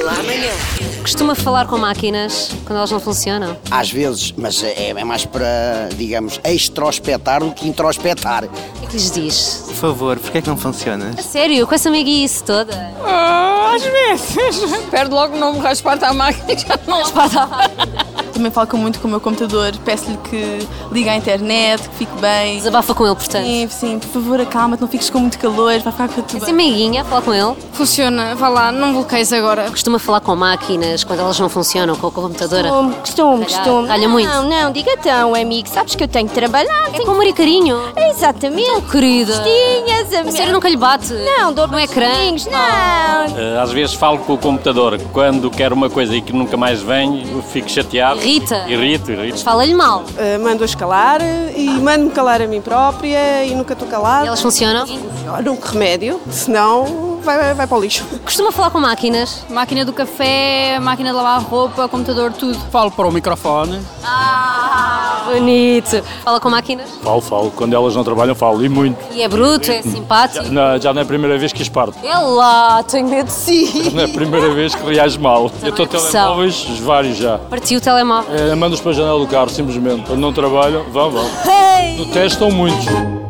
Olá, amanhã. Costuma falar com máquinas quando elas não funcionam? Às vezes, mas é, é mais para, digamos, extrospetar do que introspetar. O que é que lhes diz? Por favor, porquê é que não funciona? A sério, com essa meiguice toda? às vezes. Perde logo o nome raspar-te à máquina e já não. Também falo com- muito com o meu computador, peço-lhe que ligue à internet, que fique bem. Desabafa com ele, portanto. Sim, sim, por favor, acalma-te, não fiques com muito calor, vai ficar com a tua. Essa meiguinha, fala com ele. Assim Funciona, vá lá, não bloqueies agora. Costuma falar com máquinas quando elas não funcionam, com a computadora. Costume, costume, Calhar, costume. calha muito. Não, não, diga então, amigo. Sabes que eu tenho que trabalhar. É com amor e carinho. Exatamente. Querida. Tinhas, amigo. A sério, Então, nunca lhe bate. Não, dou No ecrã. beijinhos, Não. Eh, Às vezes falo com o computador. Quando quero uma coisa e que nunca mais vem, fico chateado. Irrita. Irrito, irrito. Mas Fala-lhe mal. Uh, mando-as calar uh, e mando-me calar a mim própria e nunca estou E calada. elas funcionam? Olha um remédio, senão vai, vai para o lixo. Costuma falar com máquinas? Máquina do café, máquina de lavar roupa, computador, tudo. Falo para o microfone. Bonito. Fala com máquinas? Falo, falo. Quando elas não trabalham, falo. E muito. E é bruto, é simpático. já não é a primeira vez que as parto. Ela, tenho medo de si. Não é a primeira vez que reage mal. Eu estou é pressão. telemóveis, vários já. Partiu o telemóvel. Eh, Mando-os para a janela do carro, simplesmente. Quando não trabalham, vão, vão. Detestam muitos.